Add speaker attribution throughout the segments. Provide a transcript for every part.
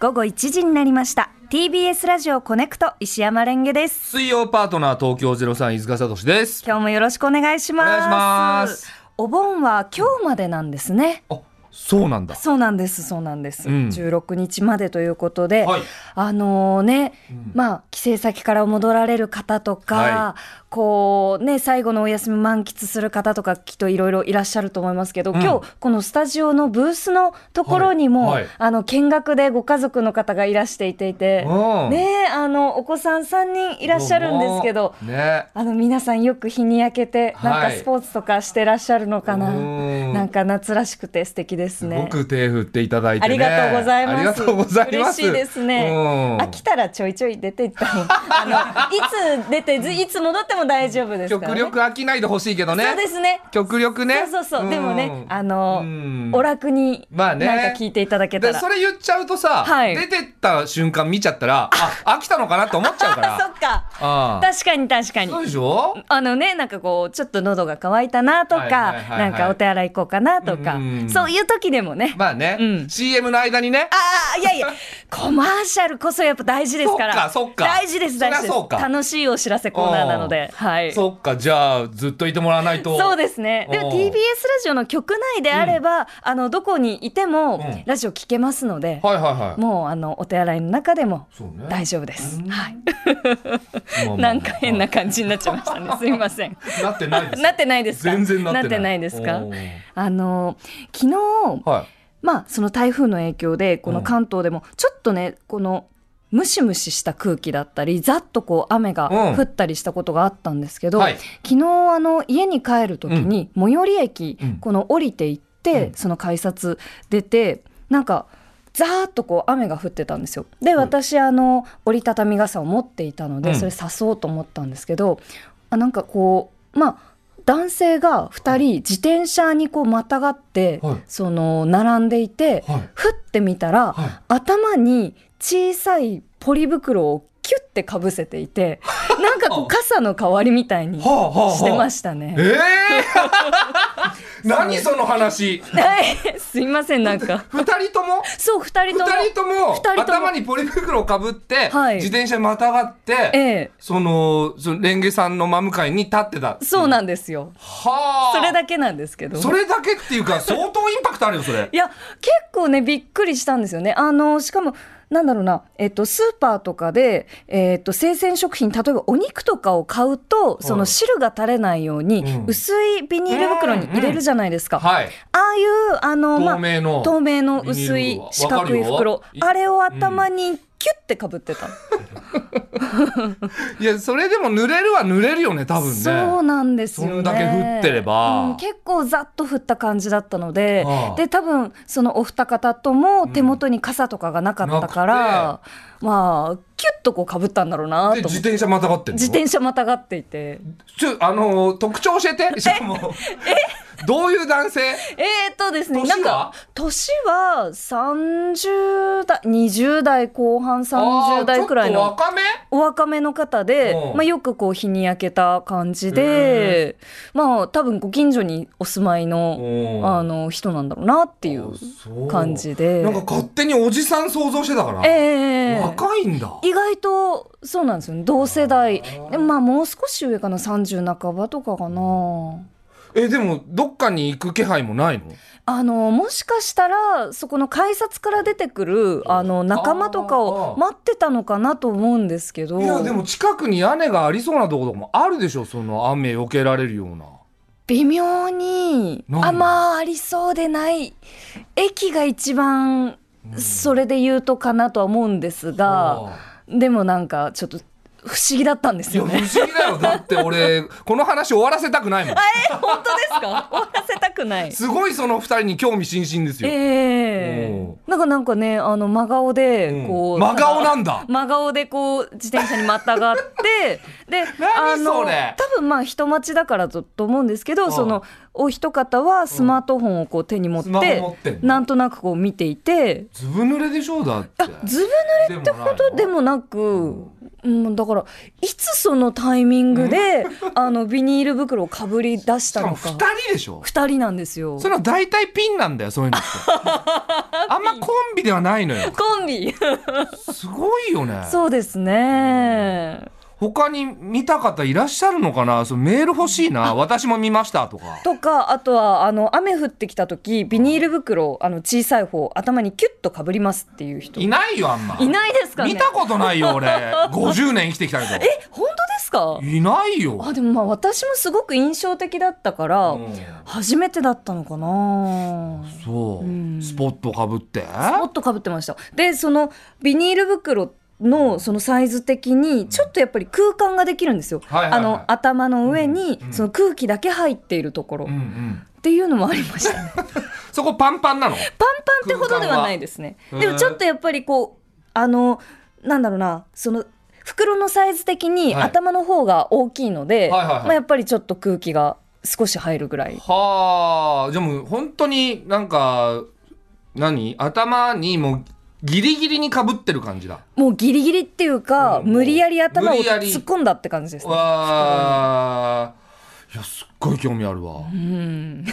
Speaker 1: 午後1時になりました TBS ラジオコネクト石山レンゲです
Speaker 2: 水曜パートナー東京ゼロ三飯塚聡です。
Speaker 1: 今日もよろしくお願いします
Speaker 2: お願いします
Speaker 1: お盆は今日までなんですね
Speaker 2: あ、そうなんだ。
Speaker 1: そうなんですそうなんです、
Speaker 2: うん
Speaker 1: 16日までということで、
Speaker 2: はい。
Speaker 1: あのね、
Speaker 2: うん
Speaker 1: まあ帰省先から戻られる方とか、
Speaker 2: は
Speaker 1: こうね最後のお休み満喫する方とかきっといろいろいらっしゃると思いますけど、
Speaker 2: うん
Speaker 1: 今日このスタジオのブースのところにも、
Speaker 2: はいはい
Speaker 1: あの見学でご家族の方がいらしていていて、
Speaker 2: うん
Speaker 1: ねあのお子さん3人いらっしゃるんですけど。
Speaker 2: うもね。
Speaker 1: あの皆さんよく日に焼けてなんか
Speaker 2: はい
Speaker 1: スポーツとかしてらっしゃるのかな、
Speaker 2: うん
Speaker 1: なんか夏らしくて素敵です
Speaker 2: す
Speaker 1: ね
Speaker 2: ごく手振っていただいてね。
Speaker 1: ありがとうございます
Speaker 2: ありがとうございます。
Speaker 1: 嬉しいですね
Speaker 2: うん
Speaker 1: 飽きたらちょいちょい出ていった方があ のいつ出てずいつ戻っても大丈夫ですから、
Speaker 2: 極
Speaker 1: ね、
Speaker 2: 力飽きないでほしいけどね。
Speaker 1: そうですね
Speaker 2: 極力ね。
Speaker 1: そうそうそう、
Speaker 2: ん
Speaker 1: でもねあの、
Speaker 2: うん
Speaker 1: お楽に
Speaker 2: ま
Speaker 1: な
Speaker 2: あ
Speaker 1: ん
Speaker 2: ね
Speaker 1: か聞いていただけた
Speaker 2: で
Speaker 1: ら、
Speaker 2: それ言っちゃうとさ、
Speaker 1: はい
Speaker 2: 出てった瞬間見ちゃったら、あ、飽きたのかなと思っちゃうか ら。
Speaker 1: そっか
Speaker 2: ああ。
Speaker 1: 確かに確かに
Speaker 2: そうでしょ
Speaker 1: あのねなんかこうちょっと喉が渇いたなとか、
Speaker 2: はいはいはいはい
Speaker 1: なんかお手洗い行こうかなとか、
Speaker 2: うん
Speaker 1: そういう時でもね、
Speaker 2: まあね、
Speaker 1: うん
Speaker 2: CM の間にね、
Speaker 1: ああいやいやコマーシャルこそやっぱ大事ですから
Speaker 2: そっかそっか
Speaker 1: 大事です大事
Speaker 2: そ
Speaker 1: で
Speaker 2: りゃそう
Speaker 1: す
Speaker 2: か
Speaker 1: 楽しいお知らせコーナーなのではい
Speaker 2: そっか、じゃあ、ずっといてもらわないと。
Speaker 1: そうですね。でも
Speaker 2: お
Speaker 1: TBS
Speaker 2: ー
Speaker 1: ラジオの局内であれば、あのどこにいても
Speaker 2: うん
Speaker 1: ラジオ聞けますので、
Speaker 2: はいはいはい。
Speaker 1: もうあのお手洗いの中でも
Speaker 2: そうね。
Speaker 1: 大丈夫です。はい。
Speaker 2: まあまあま あ
Speaker 1: なんか変な感じになっちゃいまし たね。すみません。
Speaker 2: なってないです。
Speaker 1: なってないですか。
Speaker 2: 全然なってない。
Speaker 1: ですか
Speaker 2: お。ー
Speaker 1: あの昨日
Speaker 2: は
Speaker 1: まあその台風の影響でこの関東でもちょっとねこのムシムシした空気だったりざっとこう雨が降ったりしたことがあったんですけ
Speaker 2: い。
Speaker 1: ど、
Speaker 2: はい。
Speaker 1: 昨日あの家に帰る時に最寄り駅、
Speaker 2: うん
Speaker 1: この降りて行って、
Speaker 2: うん
Speaker 1: その改札出てなんかザーッとこう雨が降ってたんですよで
Speaker 2: はい
Speaker 1: 私あの折りたたみ傘を持っていたので、
Speaker 2: うん
Speaker 1: それ刺そうと思ったんですけどあなんかこうまあ男性が2人自転車にこうまたがって、
Speaker 2: はい
Speaker 1: その並んでいて、
Speaker 2: はい。
Speaker 1: ふってみたら、
Speaker 2: は
Speaker 1: 頭に小さいポリ袋をキュッてかぶせてい てなんかこう傘の代わりみたいに
Speaker 2: い。はあはあはあ。
Speaker 1: してま
Speaker 2: し
Speaker 1: したね。
Speaker 2: ええ 何その話。
Speaker 1: はい、 すいませんなんか
Speaker 2: 二人とも。
Speaker 1: そう二
Speaker 2: 二
Speaker 1: 人とも
Speaker 2: 人とも
Speaker 1: 人とも
Speaker 2: 頭にポリ袋をかぶって、
Speaker 1: はい
Speaker 2: 自転車にまたがって、
Speaker 1: ええ
Speaker 2: そのそのレンゲさんの真向かいに立ってた
Speaker 1: そうなんですよ。
Speaker 2: はあ
Speaker 1: それだけなんですけど。
Speaker 2: それだけっていうか相当インパクトあるよそれ
Speaker 1: いや結構ねびっくりしたんですよね。あのしかもなんだろうな、えっと、スーパーとかで、えっと、生鮮食品例えばお肉とかを買うとその汁が垂れないように、
Speaker 2: うん
Speaker 1: 薄いビニール袋に入れるじゃないですか。
Speaker 2: はい
Speaker 1: ああいうあの、まあ
Speaker 2: 透明の
Speaker 1: 透明の薄
Speaker 2: ビ
Speaker 1: い
Speaker 2: ニール袋
Speaker 1: 四角い
Speaker 2: わかる
Speaker 1: 袋
Speaker 2: よ
Speaker 1: あれを頭にキュッてかぶってた、
Speaker 2: いやそれでも濡れるは濡れるよね多分ね
Speaker 1: そうなんですよね
Speaker 2: そんだけ降ってれば
Speaker 1: うん結構ざっと降った感じだったので、
Speaker 2: ああ
Speaker 1: で多分そのお二方とも手元に傘とかがなかったから、まあキュッとこうかぶったんだろうな
Speaker 2: で
Speaker 1: と思
Speaker 2: 自
Speaker 1: って
Speaker 2: 転車またがってるの
Speaker 1: 自転車またがっていて
Speaker 2: ちょあのー特徴教えてしかもどういう男性
Speaker 1: えー、っとですね
Speaker 2: 年は
Speaker 1: なんか年は30代20代後半
Speaker 2: あー
Speaker 1: 30代くらい
Speaker 2: ちょ
Speaker 1: の
Speaker 2: っと若め
Speaker 1: お若めの方で
Speaker 2: う、ん
Speaker 1: まあ、よくこう日に焼けた感じで、まあ多分ご近所にお住まいの,、
Speaker 2: うん
Speaker 1: あの人なんだろうなっていう
Speaker 2: そう
Speaker 1: 感じで
Speaker 2: なんか勝手におじさん想像してたから、
Speaker 1: ええ
Speaker 2: 若いんだ
Speaker 1: 意外とそうなんですよね同世代
Speaker 2: あー
Speaker 1: でもまあもう少し上かな30半ばとかかな。
Speaker 2: えでもどっかに行く気配もないの
Speaker 1: あのもしかしたらそこの改札から出てくるあの仲間とか
Speaker 2: あ
Speaker 1: を
Speaker 2: ー
Speaker 1: 待ってたのかなと思うんですけど
Speaker 2: いやでも近くに屋根がありそうなとことかもあるでしょその雨避けられるような
Speaker 1: 微妙に
Speaker 2: なんだ
Speaker 1: あまあありそうでない駅が一番それで言うとかなとは思うんですが、
Speaker 2: あ
Speaker 1: でもなんかちょっと不思議だったんです
Speaker 2: いや
Speaker 1: よ
Speaker 2: 不
Speaker 1: ね。
Speaker 2: 思議だよだって俺この話終わらせたくないもん
Speaker 1: え 本当ですか終わらせたくない。
Speaker 2: すごいその二人に興味津々ですよ、
Speaker 1: ええなんかなんかねあの真顔でこう、
Speaker 2: うん真顔なんだ
Speaker 1: 真顔でこう自転車にまたがって であ
Speaker 2: 何
Speaker 1: の
Speaker 2: そ
Speaker 1: 多
Speaker 2: れ
Speaker 1: 分まあ人待ちだからとと思うんですけ
Speaker 2: う
Speaker 1: ど
Speaker 2: ん
Speaker 1: そのお一方はスマートフォンをこう手に持っ
Speaker 2: スマホ
Speaker 1: て
Speaker 2: 持ってんの
Speaker 1: なんとなくこう見ていて
Speaker 2: ずぶ濡れでしょだって
Speaker 1: ずぶ
Speaker 2: 濡れってこ
Speaker 1: とでもなくうん、だからいつそのタイミングで、あのビニール袋をかぶり出し
Speaker 2: したか
Speaker 1: の
Speaker 2: も
Speaker 1: か
Speaker 2: 二人でしょ
Speaker 1: 2人なんですよ
Speaker 2: それは大体ピンなんだよそうい うのってあんまコンビではないのよ
Speaker 1: コンビ
Speaker 2: すごいよね
Speaker 1: そうですね
Speaker 2: 他に見た方いらっしゃるのかなそのメール欲しいな私も見ましたとか
Speaker 1: とかあとはあの雨降ってきた時ビニール袋をあの小さい方頭にキュッとかぶりますっていう人
Speaker 2: い
Speaker 1: い
Speaker 2: ないよあんま
Speaker 1: ないですかね
Speaker 2: 見たことないよ俺 50年生きてきたけ
Speaker 1: え本当ですか
Speaker 2: どいないよ
Speaker 1: あでもまあ私もすごく印象的だったから、
Speaker 2: うん
Speaker 1: 初めてだったのかな
Speaker 2: そう、
Speaker 1: うん
Speaker 2: スポットかぶって
Speaker 1: もっとかぶってましたでそのビニール袋のそのサイズ的にちょっとやっぱり空間ができるんですよ、
Speaker 2: はいはいはい
Speaker 1: あの頭の上に
Speaker 2: うんうん
Speaker 1: その空気だけ入っているところ
Speaker 2: うんうん
Speaker 1: っていうのもありました
Speaker 2: そこパンパンなの
Speaker 1: パンパンってほどではないですね。
Speaker 2: 空間
Speaker 1: で
Speaker 2: は
Speaker 1: もちょっとやっぱりこう、あの、なんだろうな、その、袋のサイズ的に
Speaker 2: はい
Speaker 1: 頭の方が大きいので、
Speaker 2: はいはいはい
Speaker 1: まあやっぱりちょっと空気が少し入るぐらい。
Speaker 2: はあじゃあもう本当になんか何頭にもうギリギリにかぶってる感じだ
Speaker 1: もうギリギリっていうか、
Speaker 2: うんもう
Speaker 1: 無理やり頭を
Speaker 2: 無理やり
Speaker 1: 突っ込んだって感じですね。
Speaker 2: わあいやすっごい興味あるわ
Speaker 1: うん。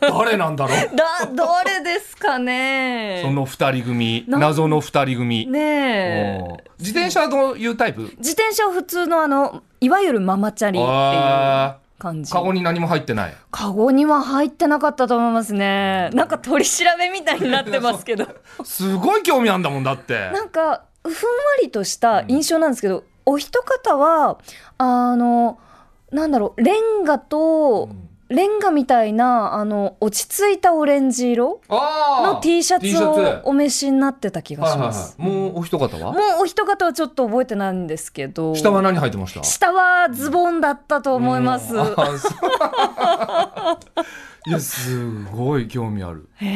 Speaker 2: 誰なんだろう
Speaker 1: だ、どれですか
Speaker 2: そ
Speaker 1: ね。
Speaker 2: の二人組
Speaker 1: な
Speaker 2: 謎の二人組
Speaker 1: ねえ。
Speaker 2: おう自転車はどういうタイプ
Speaker 1: 自転車は普通のあの、いわゆるママチャリっていう
Speaker 2: あ
Speaker 1: 感じ。
Speaker 2: ーカゴに何も入ってない
Speaker 1: カゴには入ってなかったと思いますね。なんか取り調べみたいになってますけど。
Speaker 2: すごい興味あんだもんだって
Speaker 1: なんか、ふんわりとした印象なんですけど、お一方は、あの、なんだろう、レンガと、レンガみたいな、あの、落ち着いたオレンジ色
Speaker 2: あー
Speaker 1: の T シャ
Speaker 2: T
Speaker 1: ツをお召しになってた気が
Speaker 2: はい
Speaker 1: し
Speaker 2: はい
Speaker 1: ま
Speaker 2: は
Speaker 1: す。
Speaker 2: いもうお一方
Speaker 1: も
Speaker 2: は
Speaker 1: うお一方はちょっと覚えてないんですけど。
Speaker 2: 下は何入ってました
Speaker 1: 下はズボンだったと思います。
Speaker 2: うんあそう いやすごい興味ある
Speaker 1: へ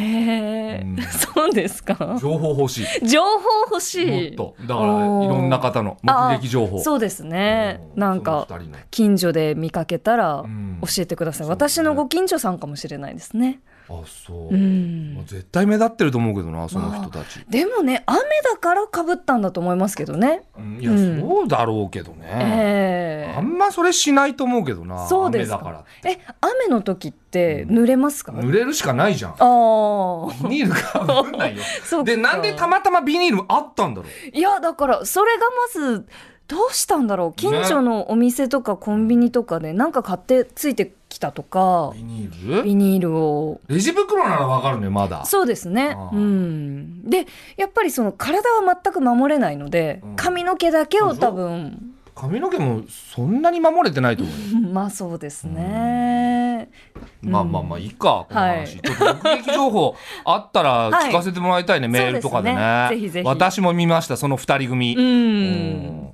Speaker 1: え、
Speaker 2: うん
Speaker 1: そうですか
Speaker 2: 情報欲しい
Speaker 1: 情報欲し
Speaker 2: も
Speaker 1: い
Speaker 2: っ。とだからいろんな方の目撃情報
Speaker 1: そうですね
Speaker 2: う
Speaker 1: なんか
Speaker 2: その二人の
Speaker 1: 近所で見かけたら
Speaker 2: うん
Speaker 1: 教えてください、
Speaker 2: そうです
Speaker 1: 私
Speaker 2: ね
Speaker 1: のご近所さんかもしれないですね
Speaker 2: あそう、
Speaker 1: うん
Speaker 2: まあ絶対目立ってると思うけどなその人たち、
Speaker 1: でもね雨だからかぶったんだと思いますけどね、
Speaker 2: うんいや、
Speaker 1: うん
Speaker 2: そうだろうけどね、
Speaker 1: え
Speaker 2: あ
Speaker 1: え
Speaker 2: んまそれしないと思うけどな
Speaker 1: そうです
Speaker 2: 雨だから
Speaker 1: かえ雨の時って濡れますか、
Speaker 2: 濡れるしかないじゃん
Speaker 1: ああ
Speaker 2: ビニールかぶんないよ
Speaker 1: そうか
Speaker 2: でなんでたまたまビニールあったんだろ
Speaker 1: いやだからそれがまずどうしたんだろう近所のお店とかコンビニとかでなんか買ってついてきたとか
Speaker 2: うビニール
Speaker 1: ビニールを
Speaker 2: レジ袋ならわかるねまだ
Speaker 1: そうですね
Speaker 2: あ。あ
Speaker 1: うん。で、やっぱりその体は全く守れないので、
Speaker 2: うん
Speaker 1: 髪の毛だけを
Speaker 2: そうそう
Speaker 1: 多分、
Speaker 2: 髪の毛もそんなに守れてないと思うよ
Speaker 1: まあそうですね。うん
Speaker 2: まあまあまあいいかこの話、
Speaker 1: はい
Speaker 2: ちょっと目撃情報 あったら
Speaker 1: はい
Speaker 2: 聞かせてもらいたいね、メールとかでね
Speaker 1: そうですねぜひぜひ
Speaker 2: 私も見ましたその二人組、
Speaker 1: う。
Speaker 2: うん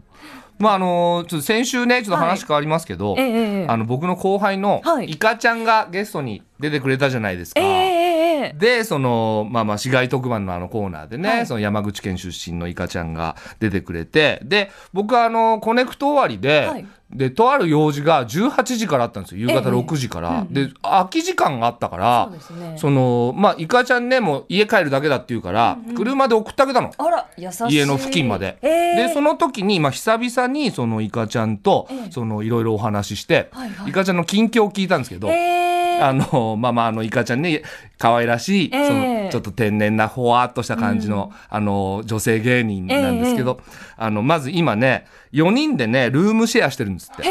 Speaker 2: まああのちょっと先週ねちょっと話変わりますけど、
Speaker 1: ええええ。
Speaker 2: あの僕の後輩の
Speaker 1: はい
Speaker 2: イカちゃんがゲストに出てくれたじゃないですか。
Speaker 1: ええええええ。
Speaker 2: で、その、まあまあ、市街特番のあのコーナーでね、
Speaker 1: はい
Speaker 2: その山口県出身のイカちゃんが出てくれて、で、僕はあの、コネクト終わりで、
Speaker 1: はい
Speaker 2: で、とある用事が18時からあったんですよ。夕方
Speaker 1: ええ
Speaker 2: 6時から。
Speaker 1: うんう
Speaker 2: で、空き時間があったから
Speaker 1: そう、ですね。
Speaker 2: その、まあ、イカちゃんね、もう家帰るだけだって言うから、車で送ってあげたの。
Speaker 1: あら、優しい。
Speaker 2: 家の付近まで。
Speaker 1: ええ
Speaker 2: で、その時に、まあ、久々に、その、イカちゃんと
Speaker 1: ええ、
Speaker 2: その、いろいろお話しして、
Speaker 1: はいはい
Speaker 2: イカちゃんの近況を聞いたんですけど、
Speaker 1: ええ
Speaker 2: あの、まあまあ、あの、イカちゃんね、可愛らしい、
Speaker 1: ええ
Speaker 2: その、ちょっと天然な、ほわっとした感じの、あの、女性芸人なんですけど、あの、まず今ね、4人でね、ルームシェアしてるんですって。
Speaker 1: へえ、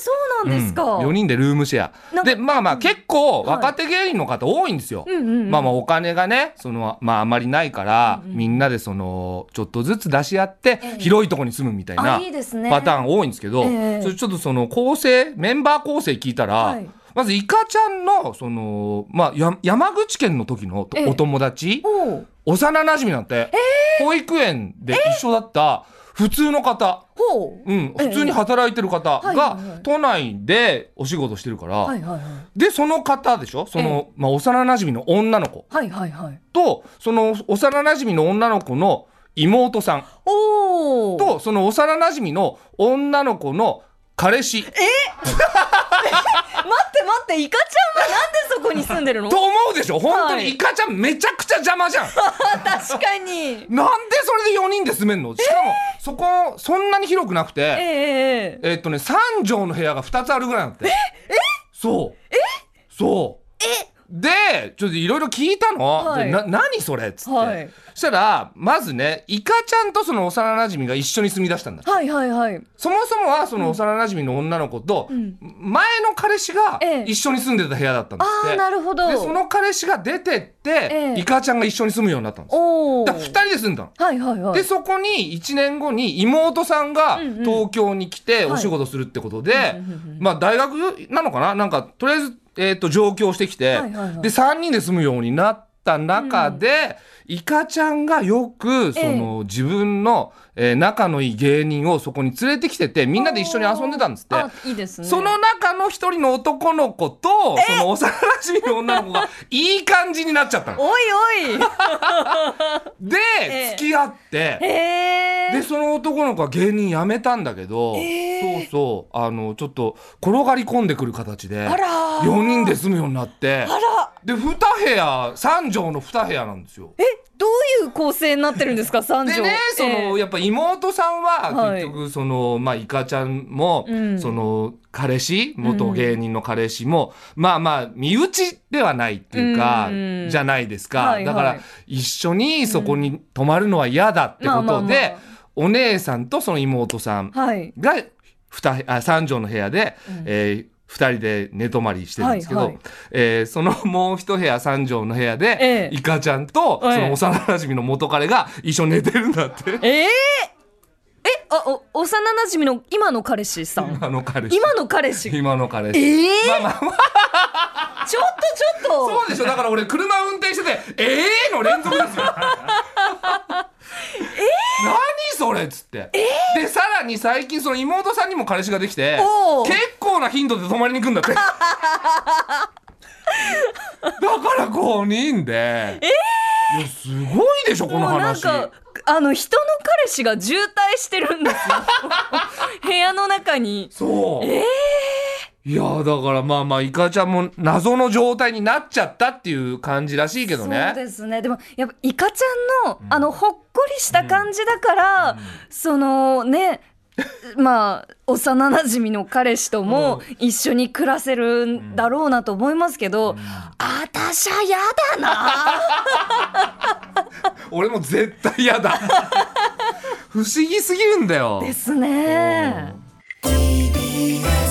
Speaker 1: そうなんですか。
Speaker 2: 4人でルームシェ
Speaker 1: な
Speaker 2: ア。
Speaker 1: んか
Speaker 2: で、まあまあ、結構、
Speaker 1: はい
Speaker 2: 若手芸人の方多いんですよ。
Speaker 1: うんうんうん
Speaker 2: まあまあ、お金がね、その、まああまりないから、みんなでその、ちょっとずつ出し合って、広いとこに住むみたいな
Speaker 1: あいいですね
Speaker 2: パターン多いんですけど、
Speaker 1: ええ
Speaker 2: それちょっとその構成、メンバー構成聞いたら、
Speaker 1: はい
Speaker 2: まずイカちゃんの、その、まあ、や山口県の時のと
Speaker 1: ええ
Speaker 2: お友達、
Speaker 1: おう
Speaker 2: 幼馴染なんて、保育園で一緒だった普通の方。
Speaker 1: ほう。
Speaker 2: うん、
Speaker 1: ええ
Speaker 2: 普通に働いてる方
Speaker 1: はいはいは
Speaker 2: が
Speaker 1: い
Speaker 2: 都内でお仕事してるから、
Speaker 1: はいはいはい。
Speaker 2: でその方でしょその、まあ、幼馴染の女の子
Speaker 1: はいはいはい。
Speaker 2: とその幼馴染の女の子の妹さん
Speaker 1: おお。
Speaker 2: とその幼馴染の女の子の彼氏
Speaker 1: めっって待って、イカちゃんはなんでそこに住んでるの
Speaker 2: と思うでしょ本当
Speaker 1: は
Speaker 2: に
Speaker 1: い
Speaker 2: イカちゃんめちゃくちゃ邪 魔じゃん、
Speaker 1: 確かに。
Speaker 2: なんでそれで4人で住めんのしかもそこそんなに広くなくて、
Speaker 1: ええええ
Speaker 2: えっとね、3畳の部屋が2つあるぐらいなんだって。えそう。えそう。で、ちょっといろいろ聞いたの。
Speaker 1: はい
Speaker 2: でな、何それっつって。
Speaker 1: はい
Speaker 2: そしたら、まずね、イカちゃんとその幼馴染が一緒に住み出したんだって。
Speaker 1: はいはいはい。
Speaker 2: そもそもはその幼馴染の女の子と、
Speaker 1: うん
Speaker 2: 前の彼氏が
Speaker 1: ええ
Speaker 2: 一緒に住んでた部屋だったんですって。
Speaker 1: ああ、なるほど。
Speaker 2: で、その彼氏が出てって、
Speaker 1: ええ
Speaker 2: イカちゃんが一緒に住むようになったんですよ。
Speaker 1: おお。
Speaker 2: だから2人で住んだの。
Speaker 1: はいはいはい。
Speaker 2: でそこに1年後に妹さんが
Speaker 1: うんうん
Speaker 2: 東京に来て
Speaker 1: はい
Speaker 2: お仕事するってことで、
Speaker 1: うんうんうん
Speaker 2: まあ大学なのかななんかとりあえず、えー、と上京してきて、
Speaker 1: はいはいはい
Speaker 2: で3人で住むようになった中で、イカちゃんがよくその、自分の、えー仲のいい芸人をそこに連れてきててみんなで一緒に遊んでたんですって。
Speaker 1: あ、いいですね。
Speaker 2: その中の一人の男の子と、その幼馴染の女の子 がいい感じになっちゃったの。
Speaker 1: おいおい。
Speaker 2: で、
Speaker 1: ええ
Speaker 2: 付き合って、
Speaker 1: へえ。
Speaker 2: でその男の子は芸人辞めたんだけど、
Speaker 1: えー
Speaker 2: そうそうあのちょっと転がり込んでくる形で
Speaker 1: あらー。
Speaker 2: 4人で住むようになって
Speaker 1: あら。
Speaker 2: で2部屋3畳の2部屋なんですよ。
Speaker 1: え、どういう構成になってるんですか、三
Speaker 2: で
Speaker 1: 条。
Speaker 2: ねその、
Speaker 1: ええ
Speaker 2: やっぱ妹さんは
Speaker 1: はい
Speaker 2: 結局その、まあイカちゃんも、
Speaker 1: うん
Speaker 2: その彼氏元芸人の彼氏も、まあまあ身内ではないっていうか、
Speaker 1: うん
Speaker 2: じゃないですか、
Speaker 1: はいはい
Speaker 2: だから一緒にそこに泊まるのは嫌だってこ
Speaker 1: ま
Speaker 2: とで、
Speaker 1: あまあまあ
Speaker 2: お姉さんとその妹さん
Speaker 1: はい。
Speaker 2: が二部あ3畳の部屋で、
Speaker 1: うん
Speaker 2: え2人で寝泊まりしてるんですけど、
Speaker 1: はいはい
Speaker 2: えーそのもう一部屋3畳の部屋で、
Speaker 1: ええ
Speaker 2: イカちゃんと
Speaker 1: ええ
Speaker 2: その幼馴染の元彼が一緒に寝てるんだって、
Speaker 1: ええ。え、あ、お、幼馴染の今の彼氏さん。
Speaker 2: 今の彼氏
Speaker 1: 今の彼氏。
Speaker 2: 今の彼氏、
Speaker 1: ええ
Speaker 2: まあまあまあ
Speaker 1: ちょっとちょっと。
Speaker 2: そうでしょだから俺車運転してて「ええの連続ですよ何それっつって、でさらに最近その妹さんにも彼氏ができて
Speaker 1: おう
Speaker 2: 結構な頻度で泊まりに行くんだって だから5人でいやすごいでしょこの
Speaker 1: もうなん
Speaker 2: 話
Speaker 1: かあの人の彼氏が渋滞してるんですよ 部屋の中に
Speaker 2: そういやだからまあまあイカちゃんも謎の状態になっちゃったっていう感じらしいけど
Speaker 1: そう
Speaker 2: ね
Speaker 1: ですねでもやっぱイカちゃんの、あのほっこりした感じだから、その ねまあ幼なじみの彼氏とも一緒に暮らせるんだろうなと思いますけど、あたしゃやだな
Speaker 2: 俺も絶対嫌だ 不思議すぎるんだよ
Speaker 1: ですね。
Speaker 3: TBS